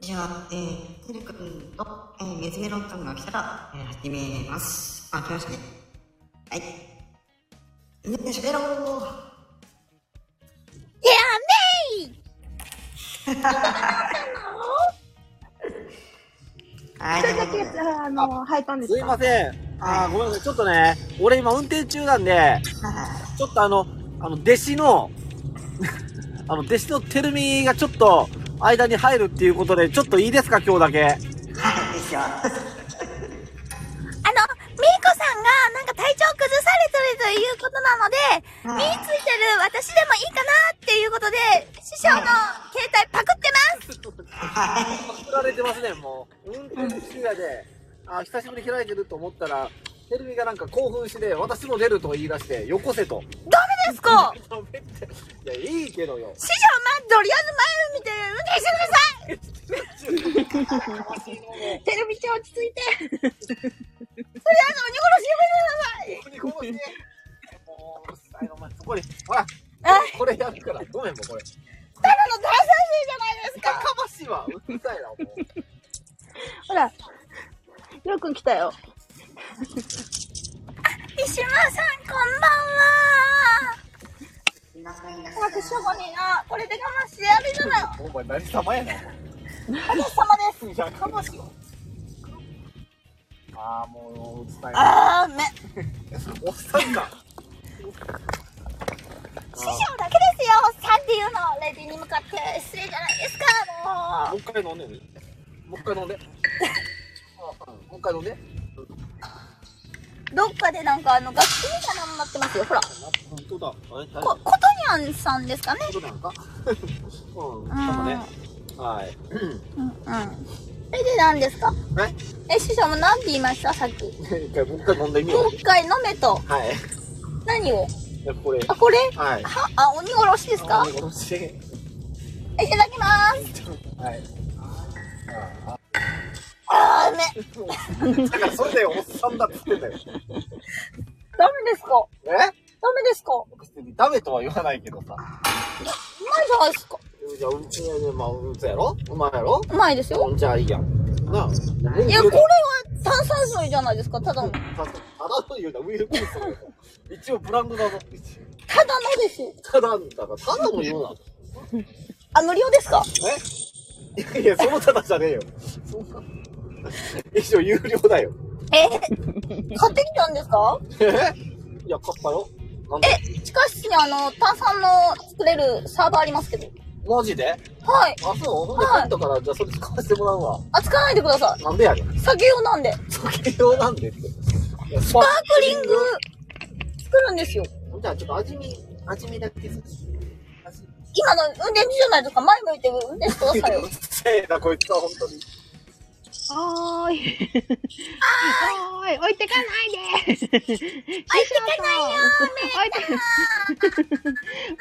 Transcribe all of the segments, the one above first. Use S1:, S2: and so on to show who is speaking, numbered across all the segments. S1: じゃあ、えー、てるくんと、えー、水メロンくんが来たら、えー、始めます。あ、来ましたね。はい。ねえ、喋ろう
S2: やめい
S1: はい、
S2: そ
S1: という
S2: れ
S1: こ
S2: だ
S1: と
S2: け
S1: で
S2: やつ、あの、入ったんです
S3: すいま
S2: か
S3: せん。あーごめんなさい。ちょっとね、俺今運転中なんで、
S1: は
S3: ちょっとあの、あの、弟子の、 あの、弟子のてるみがちょっと、間に入るっていうことで、ちょっといいですか、今日だけ。
S1: い、はい、ですよ。
S2: あの、みーこさんがなんか体調崩されてるということなので、
S1: はい
S2: 身についてる私でもいいかなっていうことで、師匠の携帯パクってます
S1: はい。
S3: 振られてますね、もう。運転中やで、あー久しぶりに開いてると思ったら、てるみがなんか興奮して、私も出ると言い出して、よこせと。
S2: ダメですか
S3: 食べていや、いいけどよ。
S2: 師匠、ま、とりあえず前を見て運転してください テレビちゃん落ち着いて。とりあえず鬼殺しやめてください
S3: ここにこうしてもううるさいなお前そこにほら
S2: はい
S3: これやるからごめんもうこれ
S2: ただの大賛成じゃないです
S3: や
S2: か
S3: かましい わうるさいなもう
S2: ほら、りょうくん来たよ。三島さん、こんばん
S1: すいません。皆
S2: は。私、こにな、これで我慢してやるじゃない。
S3: お前何様やねん
S2: 私様です。
S3: やかましいわああもううるさいな
S2: あーめ、
S3: おっさんか
S2: 師匠だけですよ。おっさんっていうのは、レディに向かって失礼じゃないですか、も
S3: も
S2: う。
S3: う一回飲んでみもう一回飲んであうんもう一回飲んで
S2: どっかでなんか、あの、楽器みたいなのになってますよ。ほら、こ、
S3: あ本当だあれ大丈
S2: こ
S3: 夫
S2: とにゃんさんですかね。
S3: ことなのかうんかもねはい
S2: うん、うん。それで何ですか
S3: はい
S2: え、師匠も何て言いましたさっき。も
S3: 一回もう一回飲んでみよ
S2: う一回飲めと。
S3: うはい
S2: 何を
S3: いやこれ
S2: あ、これ
S3: はい
S2: はあ、鬼殺しですか
S3: あよろしい
S2: いただきます。
S3: はい。
S2: あー、め、
S3: だからそれでおっさんだっつってんだよ。
S2: ダメですか
S3: え
S2: ダメですかう
S3: 別にダメとは言わないけどさ。
S2: まいじゃないですか。
S3: じゃあ、うんちやね、まあ、うんちやろうまいやろ
S2: うまいですよ。
S3: うんじゃあいいやん。なあ。
S2: いや、これは炭酸水じゃないですか。ただの。ただ
S3: ただの言うな、ウィルキンソンだよ。一応ブランドだぞ。
S2: のですよ。
S3: ただ、だから、ただの言うな。
S2: あ、無料ですか
S3: えいやいや、そのただじゃねえよ。そんな。一応有料だよ。
S2: えー、買ってきたんですか
S3: えいや、買ったよ。なんで
S2: え、地下室にあの、炭酸の作れるサーバーありますけど。
S3: マジで
S2: はい。
S3: あ、そうほんで買ったから、じゃあそれ使わせてもらうわ。
S2: 扱わないでくださ
S3: なんでやねん。
S2: い。酒用なんで。ス
S3: 酒用なんでって。スパ
S2: パークリング、作るんですよ。
S3: じゃあちょっと味見、味見だけずつ。味
S2: 今の運転手じゃないですか。前向いて運転してく ださいよ
S3: う。るせえな、こいつは本当に。
S4: おーい。おーい。置いてかないで。置いてかないよ置いて。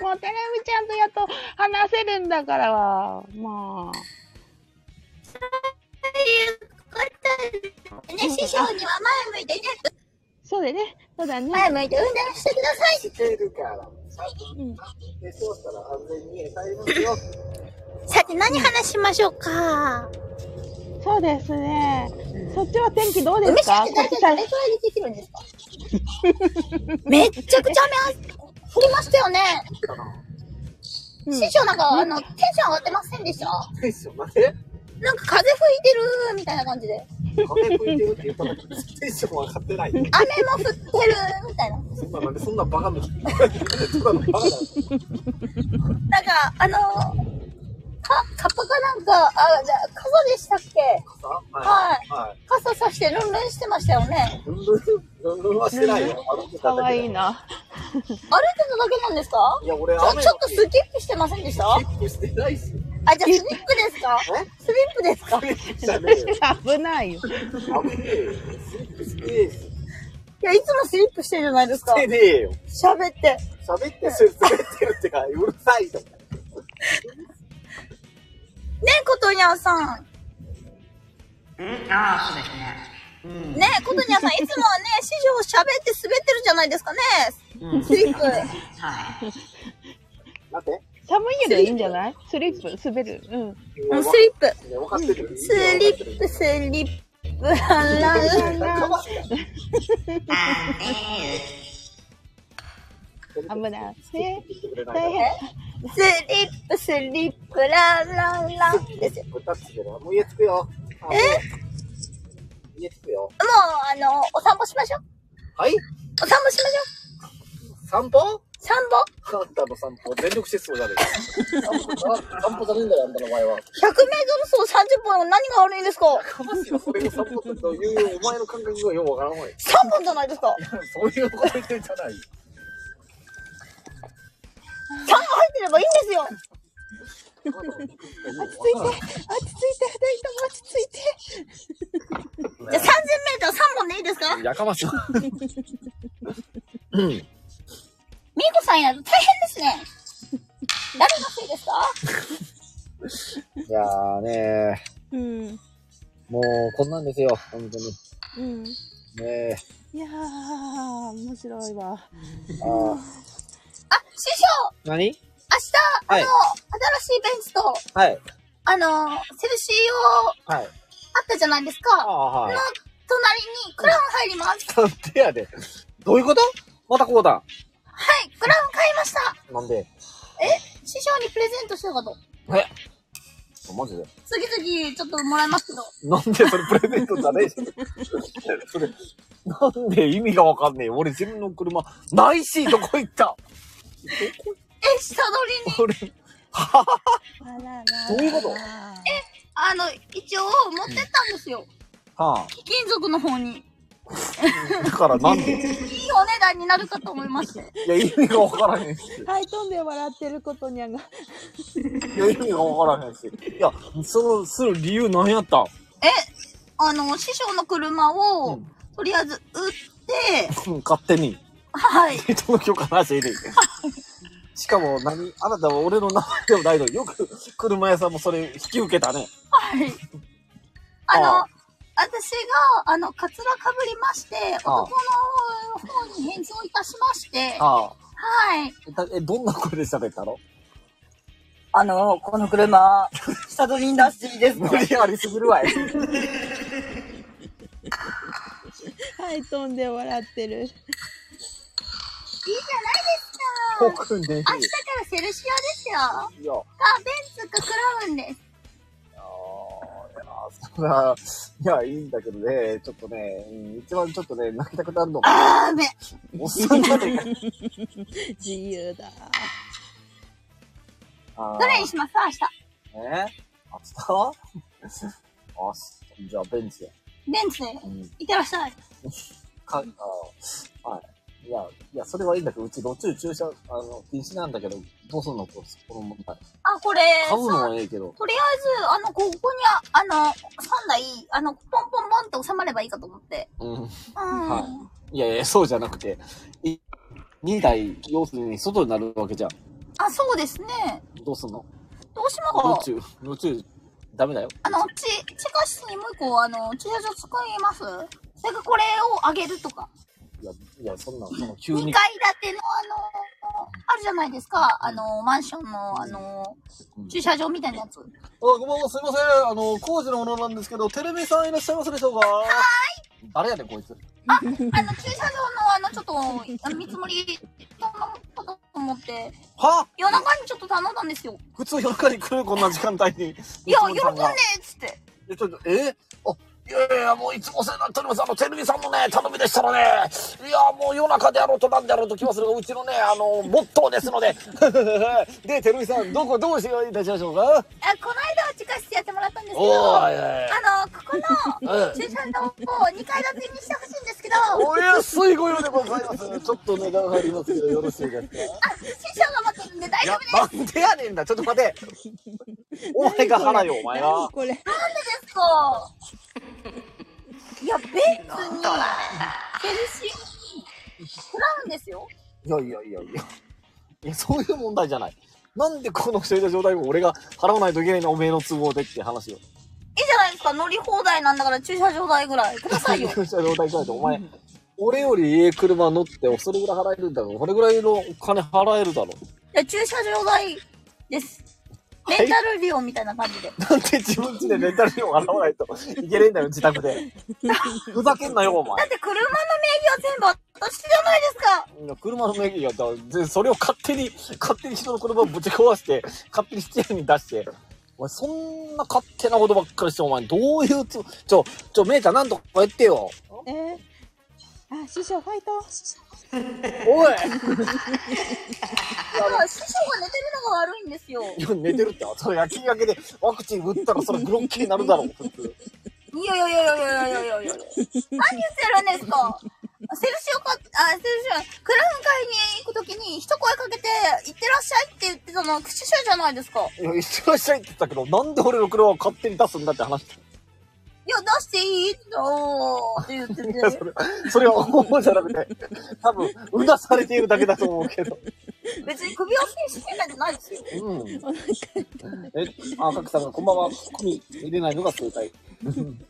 S4: もう、てれみちゃんとやっと話せるんだからわ。もう。
S2: ね、師匠には前向いてね、
S4: そうだね。そうだね。
S2: 前向いて運転してください。
S3: してるから。
S4: うん
S3: で、そうしたら安全に餌入りますよ。
S2: さて何話しましょうか
S4: そうですね。そっちは天気どうで
S2: 梅
S4: す
S2: 酒
S4: か
S2: っ
S4: こっ
S2: て大
S4: ちさ
S2: 体どれくらいでできるんですかめっちゃくちゃ雨あ降りましたよね、
S4: うん
S2: 師匠なんかあのテンション上がってませんでした
S3: テンション待て。
S2: なんか風吹いてるみたいな感じで
S3: 風吹いてるって言ったのに、テンションは上がってない。
S2: 雨も降ってるみたいな
S3: そんな、なんでそんなバカの人。そんなのバカだよ。
S2: なんかあのかカッパかなんかあじゃあ傘でしたっけ
S3: 傘。
S2: はい
S3: はい。
S2: 傘さしてルンルンしてましたよね
S3: ルンルン、ルンルンはしてないよ。歩いて
S4: か
S3: ただ
S4: わ
S3: け
S4: いい
S3: で。
S4: な。
S2: 歩いてただけなんですか
S3: いや、俺、
S2: ちょ
S3: 雨の
S2: ちょっとスキップしてませんでしたあ
S3: キップしてないし。
S2: じゃあスリップですか
S3: え
S2: スリップですか
S3: スリップじゃねえよ。
S4: 危ないよ。
S3: 危ねえよ。スリップしてねえし。し
S2: いや、いつもスリップしてるじゃないですか。
S3: てねえよ。
S2: 喋って。
S3: 喋ってする、滑ってるってか、うるさいと。
S2: ねえ、ことにゃんさん。
S1: うん、ああ、そうですね。
S2: ねえ、ことにゃんさん。いつもはね、師匠喋って滑ってるじゃないですかね。スリップ。
S1: はい。
S3: 待って。
S4: 寒いよりはいいんじゃないスリップ、滑る。うん。
S2: うんスリップ。
S3: 分かってる。
S2: スリップ、スリップ。あららら。
S1: あーね
S4: 危ない。ね。大
S3: 大
S4: 変。。
S2: スリップ、スリップ、ラララ。ですよ。
S3: 歌ってるわ。もう家着くよ。え家着くよ。
S2: もう、あの、お散歩しましょう。
S3: はい
S2: お散歩しましょう。
S3: 散歩
S2: 散歩
S3: あんたの散歩、全力疾走じゃねえか。散歩じゃねえんだよ、あんたの場合は。
S2: !100 メートル走30分の何が悪いんですか
S3: かますよ、それを散歩するという、お前の感覚がようわからない。
S2: ?3 本じゃないですか
S3: そういうこと言ってんじゃない。
S2: !3 が入ってればいいんですよ
S3: 落ち
S4: 落ち着いて、落ち着いて、二人とも落ち着いて。
S2: じゃあ30メートル3本でいいですかみー
S3: やかましい。うん。
S2: こさんやると大変ですね誰が好いですか
S3: いやーね
S4: うん。
S3: もうこんなんですよ、本当に。
S4: うん。
S3: ね
S4: いやー、面白いわ。
S3: ああ。
S2: あ、師匠
S3: 何
S2: 明日、あの、
S3: はい
S2: 新しいベンチと、
S3: はい。
S2: あの、セルシーを
S3: はい。
S2: あったじゃないです
S3: あ
S2: か
S3: あ、はい。
S2: 隣にクラウン入ります
S3: なんでやで。どういうことまたこうだ。
S2: はい、クラウン買いました
S3: なんで
S2: 師匠にプレゼントしようかと。
S3: えマジで
S2: 次々ちょっともらいますけど。
S3: なんでそれプレゼントじゃねえし。それ、なんで意味がわかんねえよ。俺自分の車、ないし、どこ行った
S2: え、下取り
S3: 俺、
S2: に。
S3: はぁ
S4: あらら
S3: どういうこと
S2: あの、一応持ってったんですよ。
S3: は
S2: 貴金属の方に。
S3: ぁ。だからなんで
S2: いいお値段になるかと思いまして。
S3: いや、意味がわからへんし。
S4: はい、飛んで笑ってることにゃが。
S3: いや、意味がわからへんし。いや、その、する理由なんやった
S2: え、あの、師匠の車
S3: う
S2: を
S3: ん、
S2: とりあえず売って、
S3: うん勝手に。
S2: はい。
S3: 人の許可なしで。しかも何、あなたは俺の名前でもないのによく車屋さんもそれ引き受けたね。
S2: はい。あの、
S3: ああ
S2: 私が、あの、カツラかぶりまして、
S3: ああ
S2: 男の方に返事をいたしまして、
S3: ああ。
S2: はい。
S3: えだえ、どんな声で喋ったの
S5: あの、この車、下取りに出していいです
S3: 無
S5: か
S3: 理ありすぎるわい。
S4: はい、飛んで笑ってる。
S2: いいじゃないですか。
S3: 僕ね。
S2: 明日からセルシアですよ。が、
S3: いや、
S2: ベンツかクラウンです。
S3: あーいや、そら、いや、いいんだけどね、ちょっとね、うん一番ちょっとね、泣きたくなるのが、
S2: あーべ。
S3: おっさんじゃねえか。
S4: 自由だ。
S3: あー
S2: どれにします明
S3: ね明日明日じゃあ、ベンチで。
S2: 日。ベンツで。
S3: うん。
S2: いってらっしゃい。
S3: か、あーはい。いや、いや、それはいいんだけど、うち、どっちゅう駐車、あの、禁止なんだけど、どうすんのここの問題。
S2: あ、これ、
S3: 買うの
S2: さ
S3: はええけど、
S2: とりあえず、あの、ここにあ、あの、3台、あの、ポンポンポンって収まればいいかと思って。
S3: うん。
S2: うん。はい
S3: やいや、そうじゃなくて、い2台、要するに外になるわけじゃん。
S2: あ、そうですね。
S3: どうすんの
S2: どうしま
S3: 宇
S2: すか
S3: 宙、宇宙、ダメだよ。
S2: あの、ち、地下室にもう一個、あの、駐車場作りますそれかこれをあげるとか。
S3: いや、いや、そんな、その急
S2: 2階
S3: に
S2: 建。ての、あの、あるじゃないですか。あの、マンションの、あの、駐車場みたいなやつ。
S3: あ、ごめんすいません。あの、工事のものなんですけど、テレビさんいらっしゃいますでしょうかはーい。誰やねん、こいつ。
S2: あの、駐車場の、あの、ちょっと、あの見積もり、頼もうかと思って、
S3: は
S2: 夜中にちょっと頼んだんですよ。
S3: 普通夜中に来る、こんな時間帯に。
S2: いや、
S3: い
S2: 喜んでっつって。
S3: やちょっと、えあ、いやいや、もういつもお世話になっております。あの、テレビさんのね、頼みでしたらね、いや、もう夜中であろうとなんであろうと気はするが、うちのね、あの、モットーですので。 で、テレビさん、どこ、どうしよういたしましょうか
S2: あ、この間は地下室やってもらったんですけ
S3: お
S2: ど、
S3: ー、
S2: あ
S3: はいはいはい。
S2: の、ここの、駐車場を2階建てにしてほしいんです けど、
S3: お安いご用でございます。 ちょっと値段張りますけど、よろしいですか。
S2: 師匠が待ってるんで大
S3: い
S2: 丈
S3: や
S2: 夫で、
S3: なんでやねんだ。ちょっと待 て。お前が払えよ、お前
S4: 何
S3: は。
S4: これ。
S2: すかいや、ベンツに、ヘルシー、クラウンですよ。
S3: いやいやいやいや。いや、そういう問題じゃない。なんでこの不正な状態を俺が払わないといけないの、おめえの都合でって話を。
S2: いいじゃないですか、乗り放題なんだから駐車場代ぐらい。くださいよ。
S3: 不正な状態じゃないと、お前、俺より家車乗って、それぐらい払えるんだろう。これぐらいのお金払えるだろう。
S2: いや、駐車場代、です。レンタル利用みたいな感じで。
S3: なんで自分家でレンタル料を払わないといけねえんだよ、自宅で。ふざけんなよ、お
S2: だ
S3: 前
S2: っ。て車の名義は全部私じゃないですか。
S3: いや車の名義がだで、それを勝手に、 勝手に人の車をぶち壊して、勝手に質屋に出して、お前そんな勝手なことばっかりして、お前どういうつ、ちょ、ちょ、めいちゃんなんとか言ってよ。
S4: えー、あ、師匠、ファイト。
S3: おい
S2: だから師匠が寝てるのが悪いんですよ。
S3: いや寝てる って、それ夜勤明けでワクチン打ったらそれグロッキーになるだろう、普通。
S2: いやいやいやいやいやいやいやいや。何言ってるんですかセルシオか、あ、セルシオ、クラウン会に行くときに一声かけて、行ってらっしゃいって言ってたのは、師匠じゃないですか。い
S3: いや、一緒にしたいって言ったけど、なんで俺の車を勝手に出すんだって話。
S2: や、出していいのって言って
S3: いや、
S2: て
S3: そ。れ、それは思うじゃなくて、多分、うなされているだけだと思うけど。
S2: 別に首を切してなんじゃないですよ。
S3: うん。え、あ、かくさんがこんばんは、髪入れないのが正解。
S2: うん。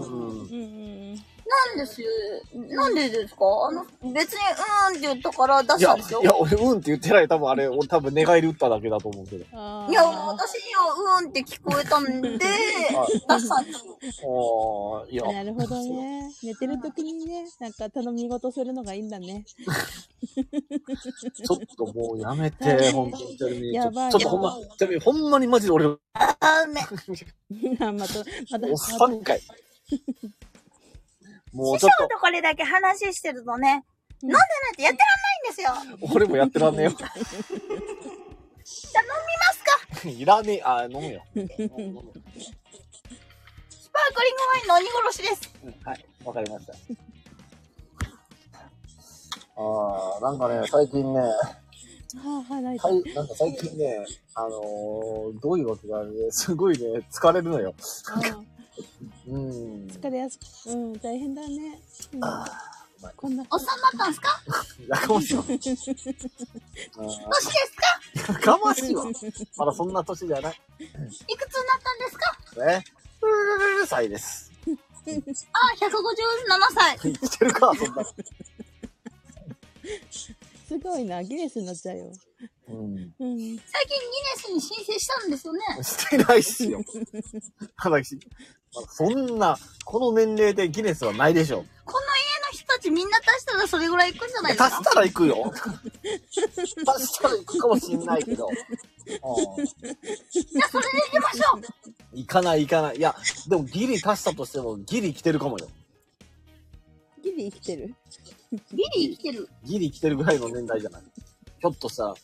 S4: う
S3: ん。
S4: んうんうん。
S2: なんですよ。なんでですかあの、別に、うーんって言ったから出
S3: い
S2: した
S3: や、
S2: んですよ。
S3: い
S2: いや
S3: や、、俺、うんって言ってない。多分あれ、俺多分寝返り打っただけだと思うけど。
S4: あー
S2: 私にはうーんって聞こえたんで、出したんですよ。
S3: ああ、いや、
S4: なるほどね。寝てる時にね、なんか頼み事するのがいいんだね。
S3: ちょっともうやめて、本当に。ちょ
S4: やばい
S3: ちょっとほんま、ちなみにほんまにマジで俺、お
S2: あーめ。
S4: あまた、また、
S3: っさんかい。もうち
S2: 師
S3: ょ
S2: 匠
S3: っ
S2: とこれだけ話してるとね、飲んでないとやってらんないんですよ。
S3: と、俺もやってらんねえよ。
S2: じゃあ飲みますか。
S3: いらねえ、あ、飲むよ。
S2: スパークリングワインの鬼殺しです。
S3: はい、わかりました。 ああ、なんかね、最近ね、
S4: はあ、はあ、泣いた
S3: は。い、なんか最近ね、あのー、どういうわけかね、すごいね、疲れるのよ。
S4: あー
S3: うん。
S4: 疲れやすく、うん、大変だね。うん、こんな、
S2: おっさ んだったんですか
S3: やかましいわ。
S2: 年ですか
S3: やかましいわ。まだそんな年じゃない。
S2: いくつになったんですか
S3: ね。うるるるる歳です。
S2: あー、157歳。
S3: 生きてるか、そんな。
S4: すごいな、ギネスになっちゃうよ。
S3: うん。
S4: うん。
S2: 最近ギネスに申請したんですよね。
S3: してないっす よ。ただし、そんな、この年齢でギネスはないでしょ。
S2: この家の人たちみんな足したらそれぐらいいくんじゃないです
S3: 足
S2: か
S3: したら行くよ。足したら行くかもしんないけど。うん
S2: じゃあそれで行きましょう。
S3: 行かない行かない。いや、でもギリ足したとしてもギリ来てるかもよ。
S4: ギリ生きてる。
S2: ビリー生きてる。
S3: ギリ来てるぐらいの年代じゃない。ひょっとしたら。
S2: ひ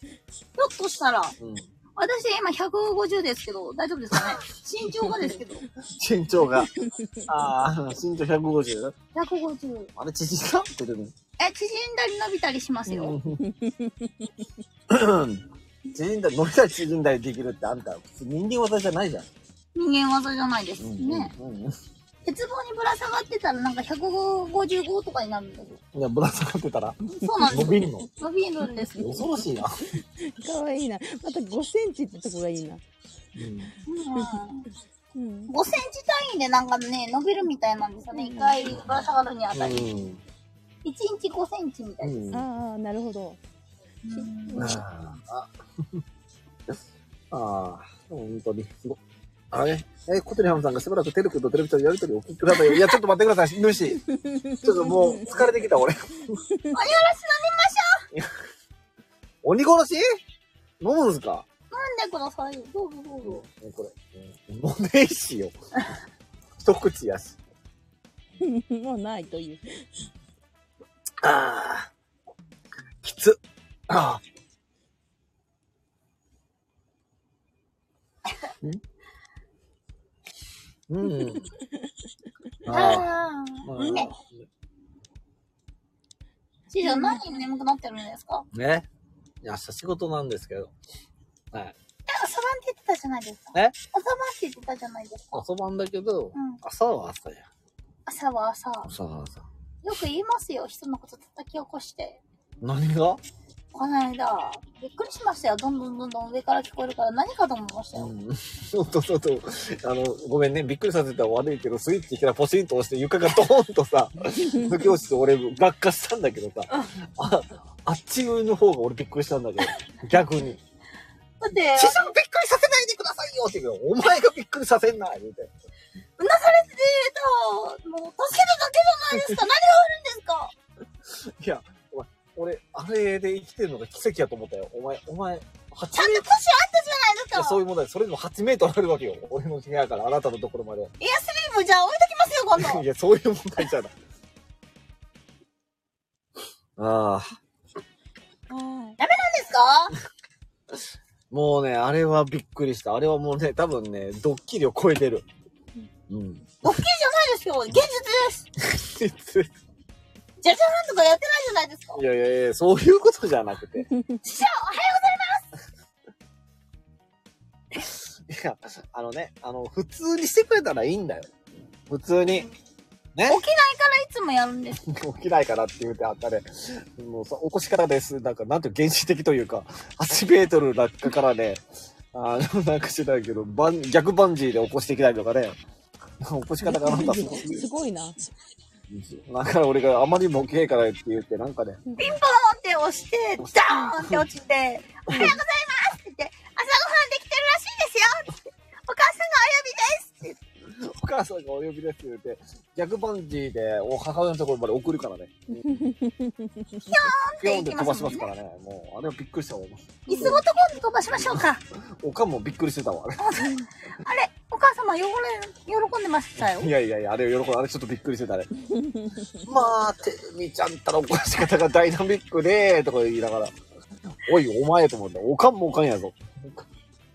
S2: ょっとしたら、
S3: うん。
S2: 私今150ですけど、大丈夫ですか ね身長がですけど。
S3: 身長が。ああ、身長150。
S2: 150。
S3: あれ、縮んだってでも。
S2: え、縮んだり伸びたりしますよ。
S3: 縮んだり、伸びたり縮んだりできるってあんた、普通人間技じゃないじゃん。
S2: 人間技じゃないです。ね。
S3: うんうん
S2: 鉄棒にぶら下がってたらなんか155とかになるんだけ
S3: いや、ぶら下がってたら、
S2: ど。そうなんで
S3: 伸
S2: す。
S3: びんの。
S2: 伸びるんですよ。
S3: 恐ろしいな。
S4: かわいいな。また5センチってとこがいいな。
S3: うん
S2: うん、
S4: うん。
S2: 5センチ単位でなんかね、伸びるみたいなんですよね。一回ぶら下がるにあたり。
S3: うん。
S2: 1日5センチみたいな。
S3: うん。
S4: ああ、なる ほど。
S3: ああ。ああ、本当に、すごい。あれえ、小鳥ハムさんがしばらくテル君とテレビちゃんのやりとりをお聞きくださいよ。いや、ちょっと待ってください。ぬし。ちょっともう、疲れてきた、俺。
S2: 鬼殺し飲みまし
S3: 鬼殺し飲むんすか
S2: ょう飲んでくださいよ。どうぞどうぞ。
S3: ねこれ。飲めいしよ。一口やし。
S4: もうないという。
S3: ああ。きつ。ああ。んうん。ああ。
S2: ああ
S3: うん
S2: 師匠、何に眠くなってるんですか
S3: ね。いや、明日仕事なんですけど。はい。
S2: なんかサバンって言ってたじゃないですか。
S3: え
S2: 朝晩って言ってたじゃないですか。
S3: 朝晩だけど、
S2: うん
S3: 朝は朝や。
S2: 朝は朝。
S3: 朝は朝。
S2: よく言いますよ。人のこと叩き起こして。
S3: 何が
S2: この間、びっくりしましたよ。どんどんどんどん上から聞こえるから何かと思いましたよ。
S3: うん。そうそうそう。あの、ごめんね。びっくりさせたら悪いけど、スイッチからポシンと押して床がドーンと さ、抜け落ちて俺、落下したんだけどさ、あ、あっちの方が俺びっくりしたんだけど、逆に。
S2: って、うな
S3: 師匠びっくりさせないでくださいよって言うよ。お前がびっくりさせんな、言うて。
S2: されてた、もう助けただけじゃないです か。何が悪いんですか
S3: いや、お前、俺、あれで生きてるのが奇跡やと思ったよ。お前、お前、8
S2: ちゃん
S3: メ
S2: と
S3: ートル。
S2: 腰あったじゃないです
S3: いや
S2: か。
S3: そういう問題、それでも8メートルあるわけよ。俺の部屋からあなたのところまで。
S2: エアスリーブじゃあ置いときますよ、今 度。
S3: いや、そういう問題じゃない。ああ、
S2: うんダメなんですか
S3: もうね、あれはびっくりした。あれはもうね、多分ね、ドッキリを超えてる。うん。
S2: ドッキリじゃないですよ。現実です。じゃじゃーんとかやってないじゃないですか。
S3: いやいやいや、そういうことじゃなくて。
S2: 師匠、おはよ
S3: いや、あのね、あの、普通にしてくれたらいいんだよ。普通に。ね
S2: う。起きないからいつもやるんです。
S3: 起きないからって言うてあったね。もうさ、起こし方です。なんか、なんていう原始的というか、8メートル落下からね、あの、なんかしてたけど、バン、逆バンジーで起こしてきたりとかね。起こし方がなんかすごい。
S6: すごいな。
S3: だから俺があまりにも起きないからって言って、なんかね、
S2: ピンポーンって押して、ダーンって落ちて、おはようございますって言って、朝ごはんできてるらしいですよってお母さんがお呼びですって
S3: お母さんがお呼びですって言って、逆バンジーでお母親のところまで送るからね。ピョン
S2: ンっ
S3: で
S2: て
S3: 飛
S2: 行き
S3: ば
S2: ま
S3: し
S2: す
S3: ま
S2: もんね
S3: すからね。もう、あれはびっくりしたわ。
S2: 椅子ごと今度飛ばしましょうか。
S3: おかんもびっくりしてたわ。
S2: あれ、お母様喜ん喜んでましたよ。
S3: いやいやいや、あれ喜ぶ、あれちょっとびっくりしてたね。まあ、てみちゃんったら怒らし方がダイナミックで、とか言いながら。おい、お前と思って、おかんもおかんやぞ。
S2: お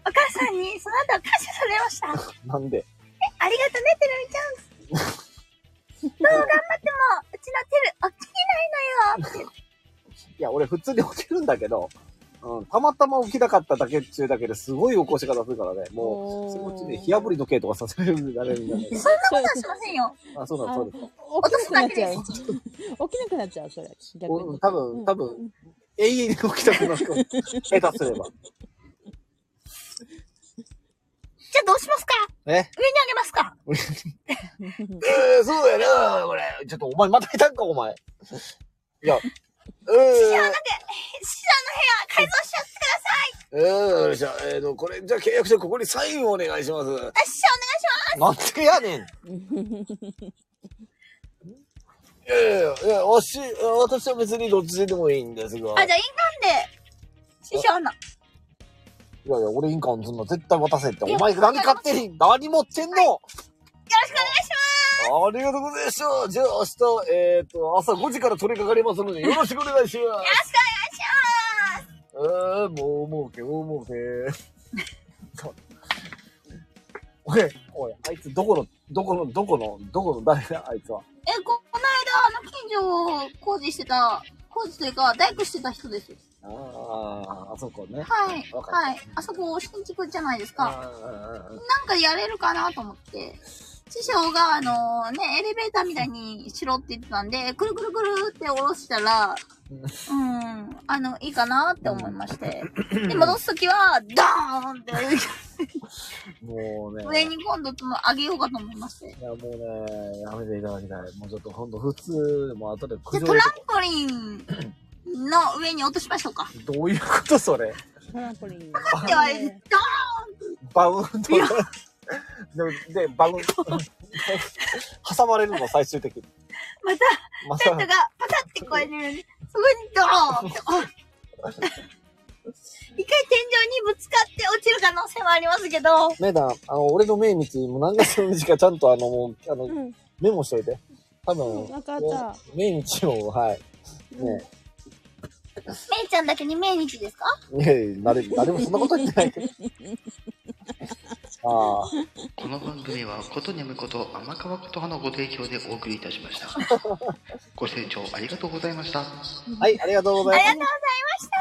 S2: 母さんにその後は感謝されました。
S3: なんで。
S2: ありがとうね、てるみちゃん。 どう頑張っても、うちのてる、起きないのよ。
S3: いや、俺普通に起きるんだけど、うん、たまたま起きなかっただけっちゅうだけですごい起こし方するからね。もう、そのうちね、火炙り時計とかさせられるんだね、み んなね。
S2: そんなことはしませんよ。
S3: あ、そうだ、
S6: あ
S3: そ
S6: 起
S3: うだ。
S6: きなくなっちゃう。起きなくなっちゃう、それ。逆
S3: う
S6: に
S3: ん、。多分、多分、永遠に起きたくなるかも。下手すれば。
S2: じゃあどうしますか
S3: ね。
S2: 上にあげますか
S3: えー、そうやな、これ。ちょっとお前またいたんか、お前。いや、う
S2: 師匠、なん
S3: ー
S2: か、師匠の部屋改造しちゃってください。
S3: えー、じゃあ、えーと、これ、じゃあ契約書ここにサインをお願いします。
S2: あ、師匠お願いします。
S3: なんでや ねん。いやいやいや、わし、私は別にどっちでもいいんですが。
S2: あ、じゃあ印鑑で、師匠の。
S3: いやいや、俺印鑑すんの絶対渡せって。
S2: いや
S3: お前何買ってん何持ってんの、
S2: よろしくお願いします。
S3: ありがとうございました。じゃあ明日、えっ、と、朝5時から取り掛かりますので、よろしくお願いします。
S2: よろしくお願いしま
S3: え
S2: す。
S3: ー、もう儲け、もう儲け。おい、おい、あいつどこの、どこの、どこの、どこの誰だ、あいつは。
S2: え、こ、この間、あの、近所を工事してた、工事というか、大工してた人です。
S3: ああ、あそこね。
S2: はい。
S3: わかった
S2: はい。あそこ、新築じゃないです
S3: あ
S2: か。
S3: あ
S2: なんかやれるかなと思って。師匠が、あのね、エレベーターみたいにしろって言ってたんで、くるくるくるって下ろしたら、うん、あの、いいかなって思いまして。で、戻すときは、ドーンって
S3: もうね。
S2: 上に今度その上げようかと思いまして。
S3: いや、もうね、やめていただきたい。もうちょっと、ほんと、普通、もう後で苦
S2: で、
S3: 情と
S2: トラ
S3: か
S2: ンポリンの上に落としましょうか。
S3: どういうことそれ。
S6: トランポリン。
S2: では、ドーン
S3: バウンドで、で、バウン ド。挟まれるの、最終的に。
S2: また、
S3: ま
S2: ペッ
S3: た
S2: ト、がパタってこえる。そこにドーンって。あ一回天井にぶつかって落ちる可能性もありますけど。
S3: メダ、あの、俺の命日、もう何月何日かちゃんとあの、もう、あの、
S6: うん。
S3: メモしといて。多分、
S6: うんわかった
S3: ね命日を、はい。ね
S2: めいちゃんだけに命日ですか
S3: え、ねえ、誰、誰もそんなこと言ってない けど。ああ、
S7: この番組はことにゃむこと天川琴葉のご提供でお送りいたしました。ご清聴ありがとうございました。
S3: はい、ありがとうござい
S2: あ
S3: ます
S2: りがとうございました。